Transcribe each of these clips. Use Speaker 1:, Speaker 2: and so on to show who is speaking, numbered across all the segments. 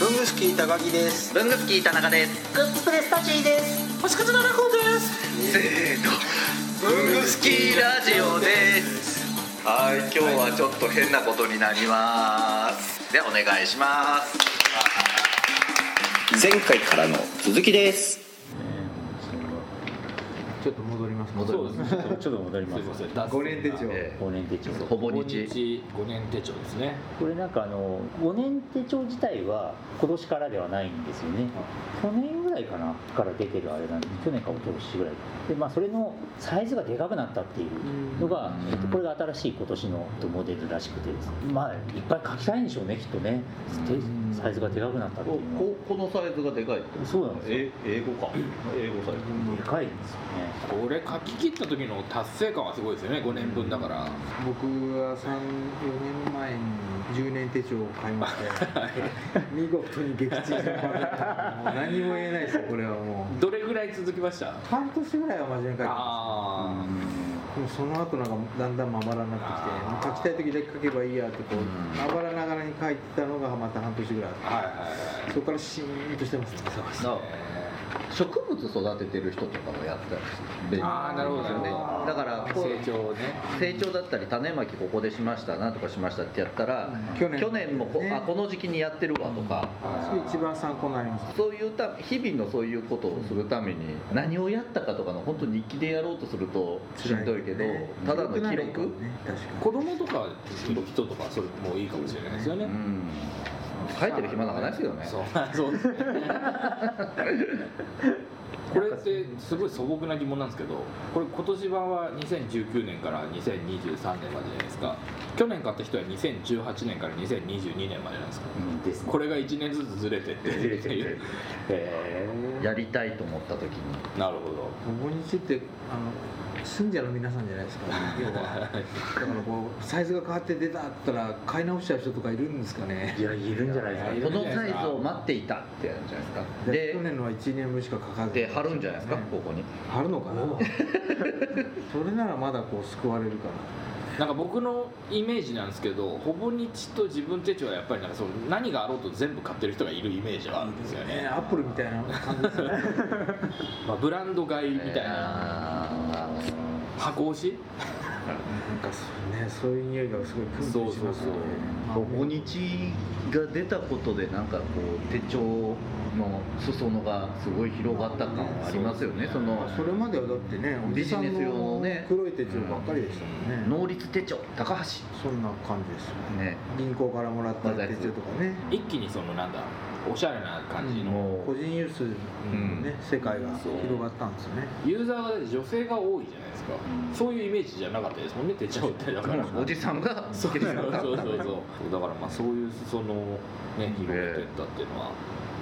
Speaker 1: ロングスキー高木です
Speaker 2: ブングスキー田中です
Speaker 3: グッズプレスタジーです星屑のラコです
Speaker 2: せーのブングスキーラジオですはい今日はちょっと変なことになりますではお願いします
Speaker 4: 前回からの続きです
Speaker 1: ちょっと戻ります
Speaker 5: 戻りますちょっとちょっと戻ります
Speaker 1: 五年手帳
Speaker 2: え
Speaker 5: 5年手帳
Speaker 2: ほぼ日
Speaker 3: 5年手帳ですね
Speaker 5: これなんかあの5年手帳自体は今年からではないんですよね去年ぐらいかなから出てるあれなんで去年か一昨年ぐらいでまあそれのサイズがでかくなったっていうのが
Speaker 2: うん
Speaker 5: えっとこれが新しい今年のモデルらしくてですねまあいっぱい書きたいんでしょうねきっとね
Speaker 2: うん
Speaker 5: サイズがでかくなったっていうのは
Speaker 2: このサイズがでかいって
Speaker 5: そうなんですよ
Speaker 2: え英語か英語サイ
Speaker 5: でかいんですよね
Speaker 3: これ書き切った時の達成感はすごいですよね5年分だから
Speaker 1: 僕は三四年前に10年手帳を買いまして 見事に撃沈したパターンもう何も言えないですよこれはもう
Speaker 3: どれぐらい続きました
Speaker 1: 半年ぐらいは真面目に書いてま
Speaker 3: あ
Speaker 1: すでもその後なんかだんだんまばらになってきてもう書きたい時だけ書けばいいやってこうまばらながらに書いてたのがまた半年ぐらいあ
Speaker 3: あはいは
Speaker 1: ってそこからシーンとしてます
Speaker 2: ズ
Speaker 1: ね
Speaker 2: 植物育ててる人とかもやったりして
Speaker 3: あーなるほど
Speaker 2: ですよねだからこう
Speaker 3: 成長ね
Speaker 2: 成長だったり種まきここでしましたなんとかしましたってやったら、
Speaker 1: 去年
Speaker 2: 去年もこ,、
Speaker 1: ね
Speaker 2: あこの時期にやってるわとか、
Speaker 1: それ一番参考になります
Speaker 2: そういうた日々のそういうことをするために何をやったかとかの本当日記でやろうとするとしんどいけど、ただの記
Speaker 1: 記
Speaker 2: 録、
Speaker 1: 録ね確かに
Speaker 3: 子供とか人とかそれもいいかもしれないですよね、
Speaker 2: うん書いてる暇なんかないですよね
Speaker 3: そうそうですねこれってすごい素朴な疑問なんですけどこれ今年版は2019年から2023年までじゃないですか去年買った人は2018年から2022年までなんですか
Speaker 5: うんですね
Speaker 3: これが1年ずつずれてって
Speaker 5: ずれて
Speaker 3: って
Speaker 5: る
Speaker 3: いう
Speaker 5: へ
Speaker 2: やりたいと思った時に
Speaker 3: なるほど
Speaker 1: ここについてあの信者の皆さんじゃないですか要はだからこうサイズが変わって出たって言ったら買い直しちゃう人とかいるんですかね
Speaker 5: えいやいるんじゃない
Speaker 3: い
Speaker 5: で
Speaker 3: や
Speaker 2: こ
Speaker 5: すか
Speaker 2: のサイズを待っていたってやるんじゃないですか
Speaker 1: で
Speaker 2: で
Speaker 1: 去年のは1年分しか書かず
Speaker 2: で貼るんじゃないですか、
Speaker 1: ね
Speaker 2: ここに
Speaker 1: 貼るのかな それならまだこう救われるか
Speaker 3: なんか僕のイメージなんですけどほぼ日と自分手帳はやっぱりなんかその何があろうと全部買ってる人がいるイメージはあるんですよ
Speaker 1: ら
Speaker 3: ね
Speaker 1: ね、アップルみたいな感じですよね
Speaker 3: まあ、ブランド買いみたいな
Speaker 2: な
Speaker 3: 箱押し
Speaker 1: なんかそうねそういう匂いがすごいプンプンしますよね
Speaker 2: ここに血が出たことでなんかこう手帳の裾野がすごい広がった感はありますよねその
Speaker 1: まあそれまではだってねおじさん
Speaker 2: ビジネス用の
Speaker 1: の
Speaker 2: ね
Speaker 1: 黒い手帳ばっかりでしたもんね、
Speaker 2: 能率手帳高橋
Speaker 1: そんな感じですよね
Speaker 2: ね
Speaker 1: 銀行からもらった手帳とかね
Speaker 3: 一気にそのなんだおしゃれな感じの、
Speaker 2: も
Speaker 1: 個人輸出のね、世界が広がったんですよね
Speaker 3: ユーザーがだって女性が多いじゃないですか、そういうイメージじゃなかったですもんね手帳ってだから
Speaker 2: うおじさんが
Speaker 3: そうそうそうそう
Speaker 2: 手帳
Speaker 3: そうだからまあそういうそのね広げてったっていうのは、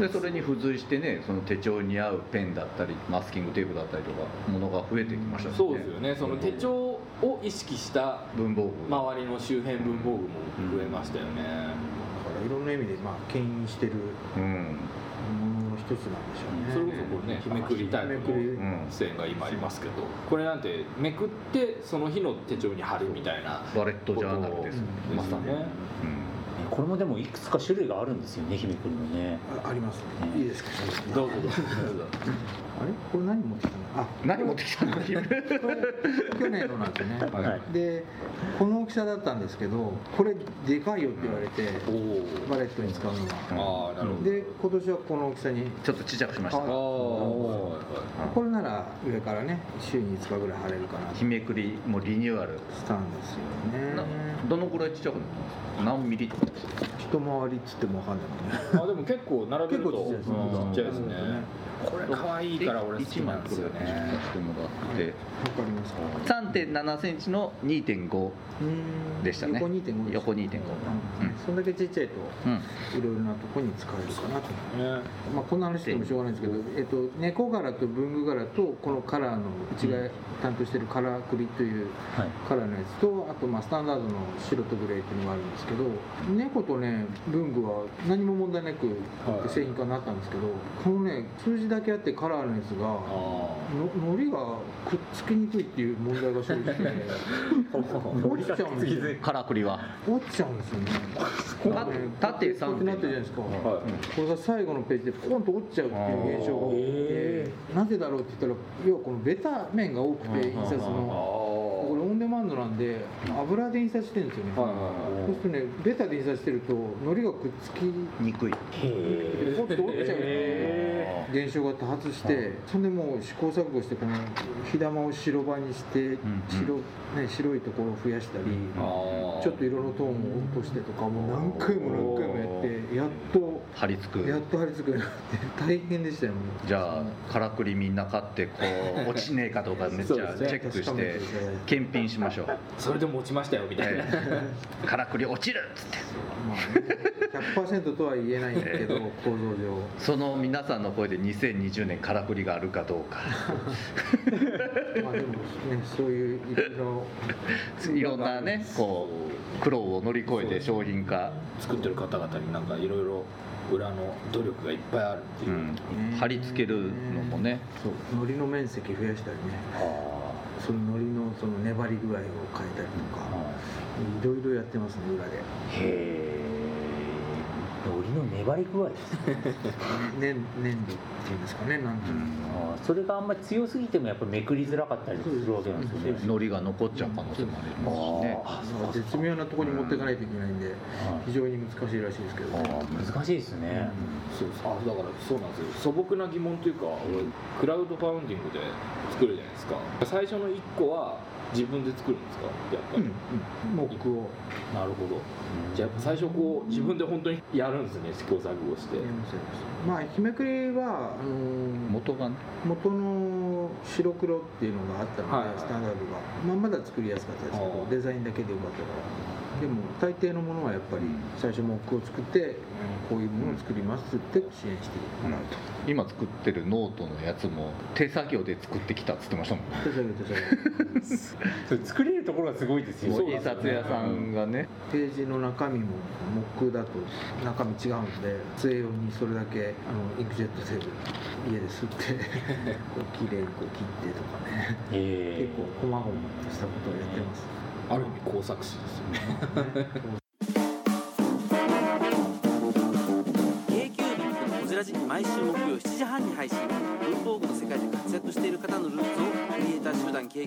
Speaker 2: でそれに付随してねその手帳に合うペンだったりマスキングテープだったりとかものが増えてきました
Speaker 3: そうですよねその手帳を意識した
Speaker 2: 文房具
Speaker 3: 周りの周辺文房具も増えましたよね、
Speaker 1: だからいろんな意味でまあ牽引してる
Speaker 2: うん
Speaker 1: ものの一つなんでしょうね
Speaker 3: それこそこれね日めくりタイプ
Speaker 1: 日めくり
Speaker 3: の
Speaker 2: うん
Speaker 3: 線が今ありますけどこれなんてめくってその日の手帳に貼るみたいな
Speaker 2: バレットジャーナルですよね
Speaker 3: こ
Speaker 2: ま
Speaker 3: とで
Speaker 2: さ
Speaker 3: すよ
Speaker 2: に、
Speaker 3: ね、
Speaker 5: これもでもいくつか種類があるんですよね姫くんのね
Speaker 1: あありますねいいですか
Speaker 3: どうぞどうぞどうぞ
Speaker 1: あれこれ何持ってきたのあ
Speaker 2: うん、何持ってきたの君
Speaker 1: 去年のなんですね、
Speaker 5: はい
Speaker 1: でこの大きさだったんですけどこれでかいよって言われて、
Speaker 3: おお
Speaker 1: バレットに使うのは
Speaker 3: ああなるほど
Speaker 1: で今年はこの大きさに
Speaker 2: ちょっとちっちゃくしました
Speaker 1: あ
Speaker 3: お
Speaker 1: これなら上からね週に5日ぐらい貼れるかなと
Speaker 2: 日めくりもリニューアル
Speaker 1: したんですよ
Speaker 2: な
Speaker 1: ね
Speaker 2: どのくらいちっちゃくなったんですか何ミリとかですか
Speaker 1: 一回りっつってもわかんないもんね
Speaker 3: あでも結構並べると
Speaker 1: 結構
Speaker 3: うん
Speaker 2: ち
Speaker 3: ち
Speaker 2: っちゃいで
Speaker 3: っちゃいですす
Speaker 2: ね
Speaker 3: ねこれ可愛いから俺好きなんですよ
Speaker 2: 一枚これ
Speaker 3: ね
Speaker 2: 持ってきてもらって
Speaker 1: わかりますか
Speaker 2: 3.7センチの2.5
Speaker 1: うん
Speaker 2: でしたね
Speaker 1: 横2.5です
Speaker 2: 横2.5
Speaker 1: うんそんだけちっちゃいと
Speaker 2: うん
Speaker 1: いろいろなとこに使えるかなと、
Speaker 3: ね
Speaker 1: まあ、こんな話してもしょうがないんですけど、えっと、猫柄と文具柄とこのカラーのうちが担当してるカラークリという
Speaker 5: はい
Speaker 1: カラーのやつとあとまあスタンダードの白とグレーっていうのがあるんですけど猫猫とね文具は何も問題なく
Speaker 3: はい
Speaker 1: 製品化になったんですけど、このね数字だけあってカラーのやつが
Speaker 3: ああ
Speaker 1: ののりがくっつきにくいっていう問題が生じて 落ちちゃうんですよ
Speaker 2: カラクリは
Speaker 1: 落ちちゃうんですよ ね
Speaker 2: た縦
Speaker 1: こうやってなってるじ
Speaker 2: 3
Speaker 1: ゃないですか、
Speaker 3: は
Speaker 1: これが最後のページでポンと落ちちゃうっていう現象が起きて、
Speaker 3: え
Speaker 1: なぜだろうって言ったら要はこのベタ面が多くて印刷
Speaker 3: あ
Speaker 1: のこれオンデマンドなんで油で印刷してるんですよね、
Speaker 3: はいはいはい
Speaker 1: そうするとねベタで印刷してると糊がくっつき
Speaker 2: にくい
Speaker 1: ポッと折っちゃうっていう現象が多発してそれでもう試行錯誤してこの火玉を白場にして
Speaker 2: ん
Speaker 1: 白,、ね、白いところを増やしたり
Speaker 3: あ
Speaker 1: ちょっと色のトーンを落としてとかもう何回も何回もやってやっと
Speaker 2: 貼り付
Speaker 1: やっ
Speaker 2: く
Speaker 1: と貼り付くようになって大変でしたよもう
Speaker 2: じゃあカラクリみんな買ってこう落ちねえかどうかめっちゃチェックし
Speaker 1: 確かめ
Speaker 2: て
Speaker 1: いただいて
Speaker 2: 検品しましょう、
Speaker 3: それでも落ちましたよみたいな、
Speaker 2: ええカラクリ落ちるっつって
Speaker 1: まあね、100%とは言えないんだけど構造上
Speaker 2: その皆さんの声で2020年カラクリがあるかどうか
Speaker 1: まあでもねそういういろいろ
Speaker 2: いろんなねこう苦労を乗り越えて商品化、
Speaker 3: 作ってる方々になんかいろいろ裏の努力がいっぱいあるって
Speaker 2: う
Speaker 3: いう、
Speaker 2: ん、貼り付けるのもね
Speaker 1: そう海苔の面積増やしたりねその海苔のその粘り具合を変えたりとかいろいろやってますね裏で
Speaker 5: へえ海苔の粘り具合ですね
Speaker 1: 粘粘土っていうんですかねなんていうの
Speaker 5: あーそれがあんまり強すぎてもやっぱめくりづらかったりするわけなんですよね
Speaker 2: のりが残っちゃう可能性もありま
Speaker 5: あ
Speaker 2: すしね
Speaker 5: ー
Speaker 1: なんか絶妙なところに持っていかないといけないんで非常に難しいらしいですけど、
Speaker 5: あー難しいですね、
Speaker 3: そうですあだからそうなんですよ素朴な疑問というか俺クラウドファウンディングで作るじゃないですか最初の1個は自分で作るんですかやっぱ
Speaker 1: う
Speaker 3: り、
Speaker 1: んうん、もう僕を
Speaker 3: なるほどじゃあやっぱ最初こう自分で本当にやるんですね試行錯誤して、
Speaker 1: やりますやりますまあ日めくりはあのー
Speaker 2: 元がね
Speaker 1: 元の白黒っていうのがあったので、
Speaker 3: はいはい
Speaker 1: スタンダードが、まあ、まだ作りやすかったですけ
Speaker 3: あ
Speaker 1: ど
Speaker 3: ー
Speaker 1: デザインだけでよかったからでも大抵のものはやっぱり最初モックを作ってこういうものを作りますって支援してもらうと
Speaker 2: 今作ってるノートのやつも手作業で作ってきたっつってましたもん
Speaker 1: 手作業手作業
Speaker 5: それ作れるところがすごいですよ
Speaker 2: もう印刷屋さんがね、
Speaker 1: ページの中身もモックだと中身違うので末用にそれだけあのインクジェットセーブ家ですって こう綺麗にこう切ってとかね
Speaker 5: え
Speaker 1: 結構細々としたことをやってます
Speaker 3: ある意味工作士ですよね
Speaker 6: k q b のこじらじ毎週木曜7時半に配信文房具の世界で活躍している方のルーツをクリエイター集団 k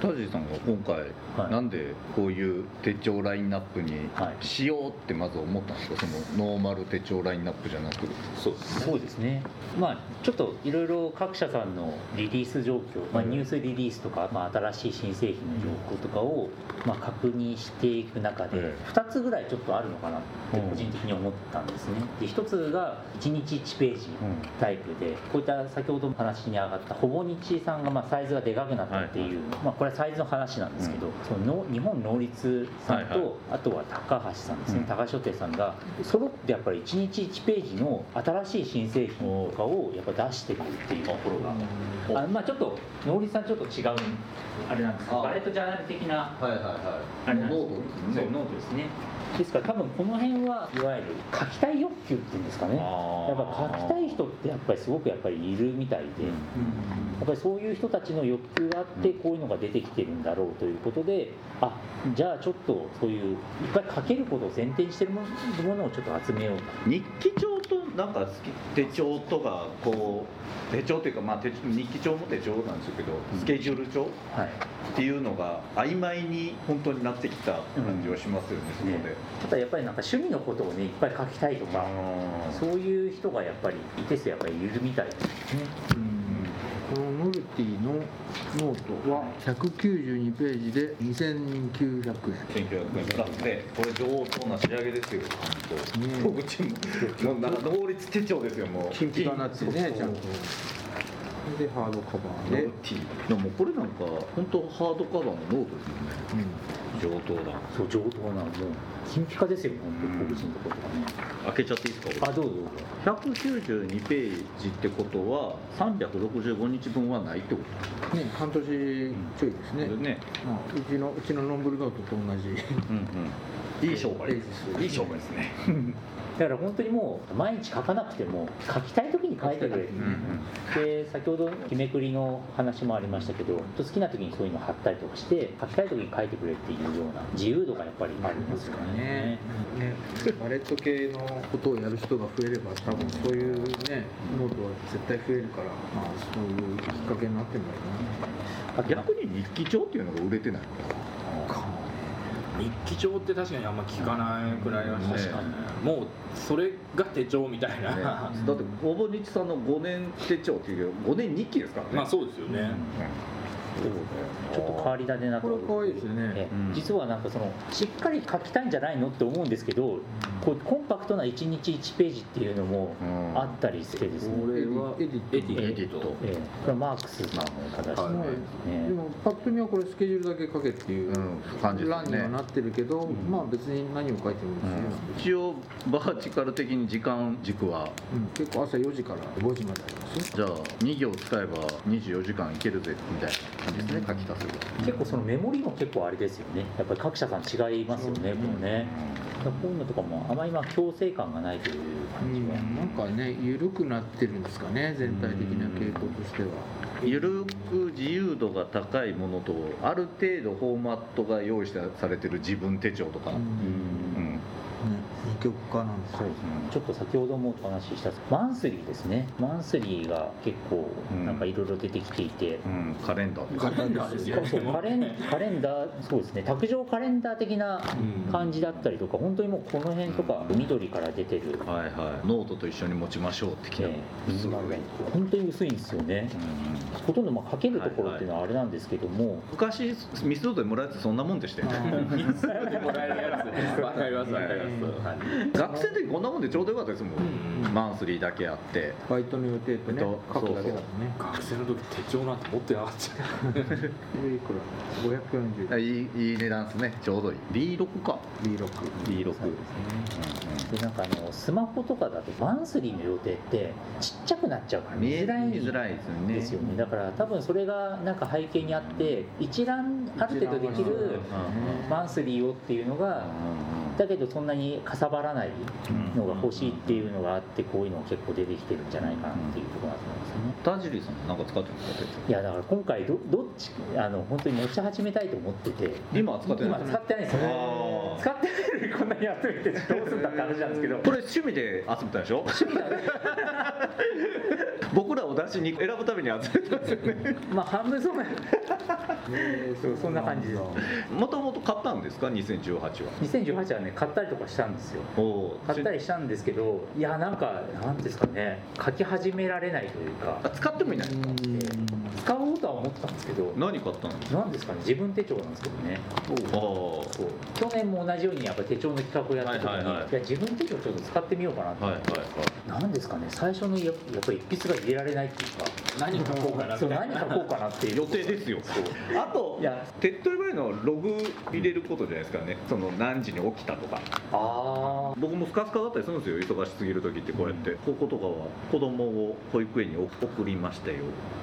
Speaker 2: タジさんが今回、
Speaker 5: はい
Speaker 2: なんでこういう手帳ラインナップに
Speaker 5: はい
Speaker 2: しようってまず思ったんですか、そのノーマル手帳ラインナップじゃなく、
Speaker 3: そうです
Speaker 5: そうですね、まあ、ちょっといろいろ各社さんのリリース状況、まあ、ニュースリリースとか、まあ、新しい新製品の情報とかを、まあ、確認していく中で、
Speaker 2: え
Speaker 5: 2つぐらいちょっとあるのかなって個人的に思ったんですね、で1つが1日1ページタイプでこういった先ほども話に上がったほぼ日さんがまあサイズがでかくなったっていう、まあ、これはサイズの話なんですけど、そのの日本能率さんと、
Speaker 2: はいはい
Speaker 5: あとは高橋さんですね、
Speaker 2: うん
Speaker 5: 高橋書店さんが揃ってやっぱり1日1ページの新しい新製品とかをやっぱ出してくるっていうところが、あまあちょっと能率さんちょっと違うあれなんですけど
Speaker 2: あ
Speaker 5: バレットジャーナル的な
Speaker 2: はいはいはい
Speaker 5: あれなんです
Speaker 2: ノートです
Speaker 5: そ
Speaker 2: ね
Speaker 5: うノートですねですから多分この辺はいわゆる書きたい欲求っていうんですかねやっぱ書きたい人ってやっぱりすごくやっぱりいるみたいで、やっぱりそういう人たちの欲求があってこういうのが出てきてるんだろうということであじゃあちょっとそういういっぱい書けることを前提にしてるものものをちょっと集めようか
Speaker 2: 日記帳となんか好き手帳とかこう手帳というか、まあ、手帳日記帳も手帳なんですけど、スケジュール帳
Speaker 5: はい
Speaker 2: っていうのが曖昧に本当になってきた感じはしますよね、そこで。
Speaker 5: ただやっぱりなんか趣味のことをねいっぱい書きたいとかそういう人がやっぱり一定数やっぱりいるみたいですね
Speaker 1: このノルティのノートは192ページで2900
Speaker 2: 1900円だってこれ上等な仕上げですよ
Speaker 1: うん
Speaker 2: 本当口ももうな能率手帳ですよもう
Speaker 1: 円金ピカになって
Speaker 2: そうそ
Speaker 1: ね
Speaker 2: う
Speaker 1: ちゃんとでハードカバー
Speaker 2: ノ
Speaker 1: で、う
Speaker 2: ーティーでもこれなんか本当ハードカバーのノート
Speaker 1: ん
Speaker 2: ですよね上等だ
Speaker 5: そう上等なもう金ピカですよ本当に小口のところとかね
Speaker 2: 開けちゃっていいですか
Speaker 5: あどうぞどうぞ
Speaker 2: 192ページってことは365日分はないってこ
Speaker 1: ね、半年ちょいです
Speaker 2: とで
Speaker 1: ね、
Speaker 2: すね
Speaker 1: まあ、うちのうちのノンブルノートと同じ
Speaker 2: うんうんいい商売
Speaker 1: ページ数
Speaker 2: いい商売ですね
Speaker 5: だから本当にもう毎日書かなくても書きたい時に書いてくれるで先ほど日めくりの話もありましたけど好きな時にそういうの貼ったりとかして書きたい時に書いてくれっていうような自由度がやっぱりありますよね
Speaker 1: ねね、バレット系のことをやる人が増えれば多分そういうねノートは絶対増えるから、まあ、そういうきっかけになってもいい
Speaker 5: あとなんか
Speaker 2: 逆に日記帳っていうのが売れてない
Speaker 1: なか
Speaker 3: 日記帳って確かにあんま聞かなくなりましたね、もうそれが手帳みたい
Speaker 2: ねだ
Speaker 3: な、
Speaker 2: って大ぼ日さんの5年手帳っていうけど5年日記ですからね
Speaker 3: まあそうですよね、
Speaker 5: ちょっと変わり種な
Speaker 1: これ可愛いですよね
Speaker 5: ええ
Speaker 2: うん
Speaker 5: 実はなんかそのしっかり書きたいんじゃないのって思うんですけどこうコンパクトな1日1ページっていうのも
Speaker 2: うん
Speaker 5: あったりしてですね
Speaker 1: これはエディ
Speaker 3: エ
Speaker 1: ッ
Speaker 3: ディ
Speaker 5: え
Speaker 3: エ
Speaker 5: え
Speaker 3: ディと
Speaker 5: ええこれはマークスさんの形
Speaker 1: ト、
Speaker 3: は
Speaker 1: はいい
Speaker 5: ね
Speaker 1: でもパッと見はこれスケジュールだけ書けっていう、
Speaker 2: うん感じですね
Speaker 1: 欄にはなってるけど、まあ別に何を書いても自由なんで
Speaker 2: 一応バーチカル的に時間軸は
Speaker 1: うん、結構朝4時から5時までありますよ
Speaker 2: じゃあ2行使えば24時間いけるぜみたいな感じですね書き足す
Speaker 5: 結構そのメモリも結構あれですよねやっぱり各社さん違いますよね、
Speaker 1: うん
Speaker 5: こうねだからこういうのとかもあまり今強制感がないという
Speaker 1: う
Speaker 5: 感じ
Speaker 1: ん
Speaker 5: は、
Speaker 1: なんかね緩くなってるんですかね全体的な傾向としては、
Speaker 2: ゆるく自由度が高いものとある程度フォーマットが用意してされてる自分手帳とか、
Speaker 1: う
Speaker 2: うん
Speaker 5: うんん
Speaker 1: ね、二極化なんです
Speaker 5: そう
Speaker 1: よ
Speaker 5: ですねちょっと先ほどもお話ししたマンスリーですねマンスリーが結構
Speaker 2: うん
Speaker 5: なんかいろいろ出てきていて、
Speaker 2: うんカレンダーとか
Speaker 3: カレンダーですよね
Speaker 5: そうカレンカレンダーそうですね卓上カレンダー的な感じだったりとか本当にもうこの辺とか緑から出てる、
Speaker 2: はいはいノートと一緒に持ちましょう的な、
Speaker 5: ええ本当に薄いんですよね
Speaker 2: うん
Speaker 5: ほとんどまあ書けるところっていうのはあれなんですけども、
Speaker 2: 昔ミスドでもらえてそんなもんでしたよね
Speaker 3: それ でもらえるやつわかりますわかります、はい
Speaker 2: 学生の時こんなもんでちょうどよかったですもん、
Speaker 3: うん
Speaker 2: マンスリーだけあって
Speaker 1: バイトの予定とね
Speaker 2: えっと
Speaker 1: 書くだけだもんね
Speaker 3: 学生の時手帳なんて持ってなかった
Speaker 1: これいくら540
Speaker 2: いいいい値段ですねちょうどいい D6 か
Speaker 1: B6
Speaker 2: D6、
Speaker 5: でなんかあのスマホとかだとマンスリーの予定ってちっちゃくなっちゃうから
Speaker 2: 見えない
Speaker 5: ん
Speaker 2: 見づらいですよね
Speaker 5: ですよねだから多分それがなんか背景にあって一覧ある程度できるマンスリーをっていうのがだけどそんなにかさばらないのが欲しいっていうのがあってこういうの結構出てきてるんじゃないかなっていうところだと思いますね
Speaker 2: 田尻さんなんか使ってますか
Speaker 5: いやだから今回どどっちあの本当に持ち始めたいと思ってて
Speaker 2: 今使ってない
Speaker 5: 今使ってないんですよ
Speaker 2: あー
Speaker 5: 使ってないのにこんなに集めてどうすんだって話なんですけど
Speaker 2: これ趣味で集めたでしょ僕らを出しに選ぶために集めたんですよね
Speaker 5: まあ半分そうな
Speaker 1: え
Speaker 5: そうそんな感じです
Speaker 2: もともと買ったんですか2018は
Speaker 5: 2018はね買ったりとかしたんですよ
Speaker 2: おお
Speaker 5: 買ったりしたんですけどいやなんかなんですかね書き始められないというか
Speaker 2: 使ってもいないですか
Speaker 5: 使おうとは思ったんですけど
Speaker 2: 何買ったんです
Speaker 5: なんですかね自分手帳なんですけどね
Speaker 2: かお
Speaker 5: そう去年も同じようにやっぱ手帳の企画をやった時に、
Speaker 2: はい
Speaker 5: い
Speaker 2: はいはい
Speaker 5: や自分手帳ちょっと使ってみようかなと、
Speaker 2: はいはい
Speaker 5: なんですかね最初のややっぱり一筆が入れられないっていうか
Speaker 3: 何書こうかな
Speaker 5: そう何書こうかなっていう
Speaker 2: 予定ですよあと
Speaker 5: いや
Speaker 2: 手っ取り早いのはログ入れることじゃないですかねその何時に起きたとか
Speaker 5: あ
Speaker 2: 僕もスカスカだったりするんですよ忙しすぎる時ってこうやって、こことかは子供を保育園に送りましたよ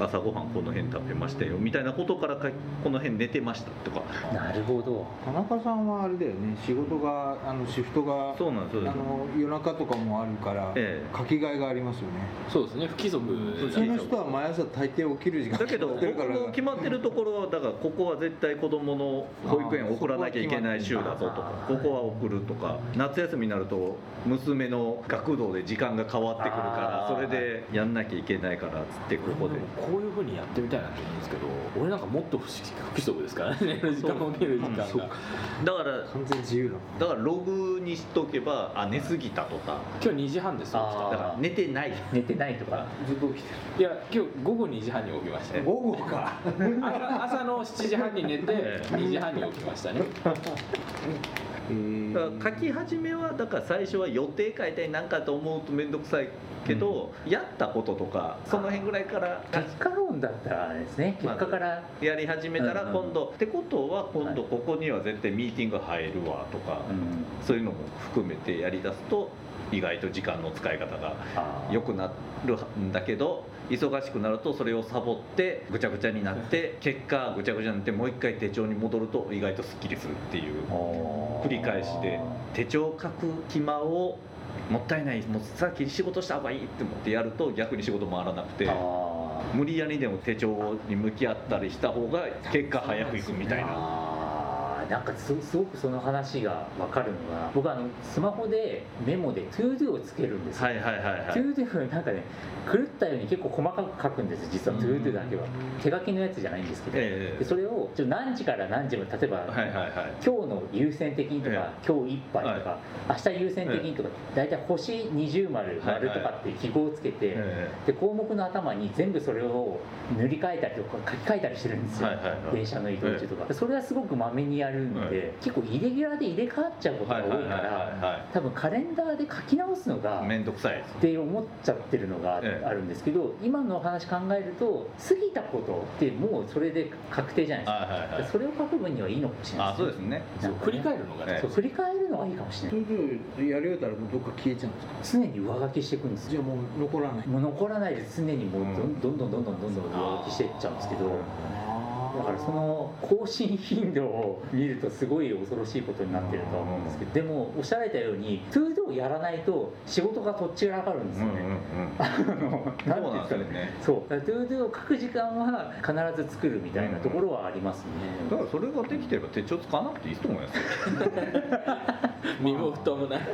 Speaker 2: 朝ごはんこの辺食べましたよみたいなことからかこの辺寝てましたとか
Speaker 5: あなるほど
Speaker 1: 田中さんはあれだよね仕事があのシフトが
Speaker 2: そうなんですそうで
Speaker 1: あ
Speaker 2: す
Speaker 1: の夜中とかもあるから、
Speaker 2: ええ
Speaker 1: 書きがいがありますよね
Speaker 3: そうですね不規則
Speaker 1: 普通の人は毎朝大抵起きる時間
Speaker 2: だけど
Speaker 1: 決まって
Speaker 2: 僕
Speaker 1: るから
Speaker 2: の決まってるところはだからここは絶対子供の保育園送らなきゃいけない週だぞとかここは送るとか夏休みになると娘の学童で時間が変わってくるから
Speaker 5: あー
Speaker 2: それでやんなきゃいけないからっつってここで
Speaker 3: こういうふうにやっってみたいなと思うんですけど俺なんかもっと不規則ですからね寝る時間を起きる時間
Speaker 1: そう
Speaker 3: が
Speaker 1: か
Speaker 2: だから
Speaker 1: 完全自由だもん
Speaker 2: だからログにしとけばあ寝すぎたとか
Speaker 3: 今日2時半ですよ起きた
Speaker 5: あー
Speaker 2: だから寝てない
Speaker 5: 寝てないとか
Speaker 1: ずっと起きて
Speaker 3: いや今日午後2時半に起きました
Speaker 1: る午後か
Speaker 3: 朝朝の7時半に寝て2時半に起きましたね
Speaker 1: えー
Speaker 2: だから書き始めはだから最初は予定変えたいなんかと思うと面倒くさいけど、やったこととかその辺ぐらいから
Speaker 5: 結果論だったらあれですね結果から
Speaker 2: やり始めたら
Speaker 5: うんうん
Speaker 2: 今度、ってことは今度
Speaker 5: は
Speaker 2: ここには絶対ミーティング入るわとか、
Speaker 5: うん
Speaker 2: そういうのも含めてやりだすと意外と時間の使い方が
Speaker 5: あー
Speaker 2: 良くなるんだけど忙しくなるとそれをサボってぐちゃぐちゃになって結果ぐちゃぐちゃになってもう一回手帳に戻ると意外とすっきりするっていう
Speaker 5: おー
Speaker 2: 繰り返しで手帳書く暇をもったいないもうさっき仕事した方がいいって思ってやると逆に仕事回らなくて
Speaker 5: あー
Speaker 2: 無理やりでも手帳に向き合ったりした方が結果早くいくみたいな。
Speaker 5: あーなんかすすごくその話が分かるのが僕あのスマホでメモで「todo」をつけるんですよ、
Speaker 2: はいはいはいはい
Speaker 5: todo なんかね狂ったように結構細かく書くんです実は todo だけは手書きのやつじゃないんですけど、
Speaker 2: ええ
Speaker 5: でそれをちょっと何時から何時まで例えば、
Speaker 2: はいはいはい
Speaker 5: 今日の優先的にとか、
Speaker 2: え
Speaker 5: 今日いっぱいとか、明日優先的にとか、大体星20丸
Speaker 2: はいはい
Speaker 5: 丸とかっていう記号をつけて、
Speaker 2: え
Speaker 5: で項目の頭に全部それを塗り替えたりとか書き換えたりしてるんです
Speaker 2: え
Speaker 5: よ、
Speaker 2: はいはいはい
Speaker 5: 電車の移動中とか、それはすごくまめにやるんで、
Speaker 2: え
Speaker 5: 結構イレギュラーで入れ替わっちゃうことが
Speaker 2: はい
Speaker 5: 多い
Speaker 2: はい
Speaker 5: か
Speaker 2: はい
Speaker 5: ら、
Speaker 2: は
Speaker 5: 多分カレンダーで書き直すのが
Speaker 2: い面倒くさいです
Speaker 5: って思っちゃってるのがあ
Speaker 2: ええ
Speaker 5: るんですけど、今のお話考えると過ぎたことってもうそれで確定じゃないです
Speaker 2: は
Speaker 5: か
Speaker 2: いはいはい
Speaker 5: それを書く分にはいいのかもしれない
Speaker 2: あそうですね
Speaker 5: なんかね
Speaker 3: 振り返るのがね
Speaker 2: え
Speaker 5: そう振り返るのがいいかもしれ
Speaker 1: そ
Speaker 5: ない
Speaker 1: れでやり終えたらもうどっか消えちゃうんですか
Speaker 5: 常に上書きしていくんです
Speaker 1: じ
Speaker 5: よ
Speaker 1: ゃあもう残らない
Speaker 5: もう残らないで常にもうど
Speaker 2: うん
Speaker 5: んどんどんどんどんどんどん上書きしていっちゃうんですけどだ
Speaker 1: だ
Speaker 5: からその更新頻度を見るとすごい恐ろしいことになってるとは思うんですけどでもおっしゃられたようにトゥードをやらないと仕事がとっちらかるんです
Speaker 2: う
Speaker 5: よ
Speaker 2: んうんう
Speaker 5: ね、
Speaker 2: ん
Speaker 5: あのなんて
Speaker 2: そ
Speaker 5: い
Speaker 2: なんですすよ
Speaker 5: ううんでかね
Speaker 2: ね
Speaker 5: そうだからトゥードを書く時間は必ず作るみたいなところはありますね、
Speaker 2: だからそれができてれば手帳使わなくていいと思いますよ
Speaker 3: 身も蓋もない
Speaker 1: ね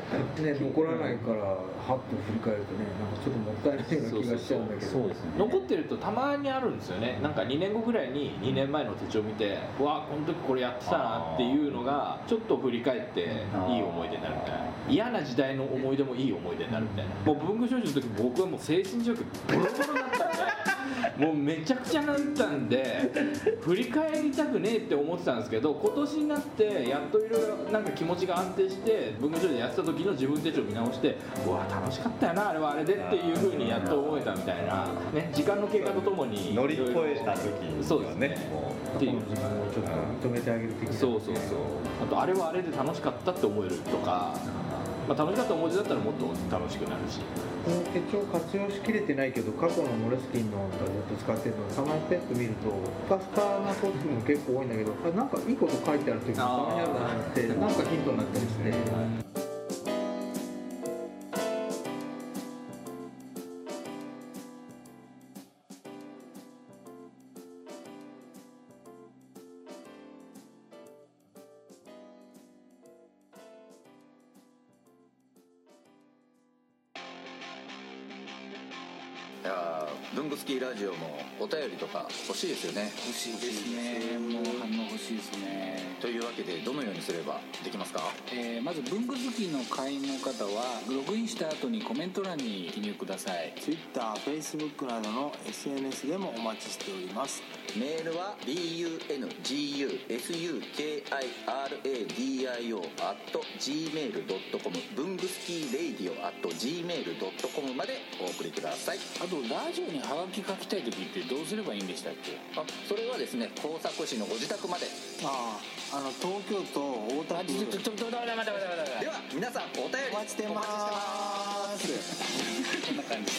Speaker 1: 残らないからハッと振り返るとねなんかちょっともったいないような気がしちゃうんだけど
Speaker 5: そうですね
Speaker 3: 残ってるとたまにあるんですよねなんか2年後ぐらいに2年前の手帳見てうわこの時これやってたなっていうのがちょっと振り返っていい思い出になるみたいな嫌な時代の思い出もいい思い出になるみたいなもう文具少女の時僕はもう精神状況ボロボロになったんでもうめちゃくちゃなったんで振り返りたくねえって思ってたんですけど今年になってやっといろいろなんか気持ちが安定して文具少女でやってた時の自分手帳見直してうわ楽しかったよなあれはあれでっていうふうにやっと思えたみたいな、ね、時間の経過とともに
Speaker 2: 乗り越えた時にはね
Speaker 3: そうですね
Speaker 2: も
Speaker 3: っ
Speaker 1: 過
Speaker 3: て
Speaker 1: 去
Speaker 3: い
Speaker 1: の
Speaker 3: う
Speaker 1: 自分をちょっと認めてあげる的な
Speaker 3: そうそうそうあとあれはあれで楽しかったって思えるとか、まあ、楽しかった思い出だったらもっと楽しくなるし
Speaker 1: この手帳活用しきれてないけど過去のモレスキンのがずっと使ってるのをたまにペット見るとスカスカなことも結構多いんだけどあなんかいいこと書いてある時もたまにあるなってなんかヒントになったりして、
Speaker 7: いやー文具スキーラジオもお便りとか欲しいですよね
Speaker 6: 欲しいですねもう反応欲しいですね
Speaker 7: というわけでどのようにすればできますか
Speaker 6: えーまず文具好きの会員の方はログインした後にコメント欄に記入ください TwitterFacebook などの SNS でもお待ちしております
Speaker 7: メールは bungusukradio gmail.com 文具スキーレイディオ gmail.com までお送りください
Speaker 6: あとラジオにハガキ書きたい時ってどうすればいいんでしたっけ
Speaker 7: あそれはですね工作士のご自宅まで
Speaker 8: あああの東京都大田区
Speaker 6: ちょっと待って待って待って待って
Speaker 7: では皆さんお便り
Speaker 8: お待ちしてます
Speaker 7: お待ちしてます
Speaker 6: こんな感じ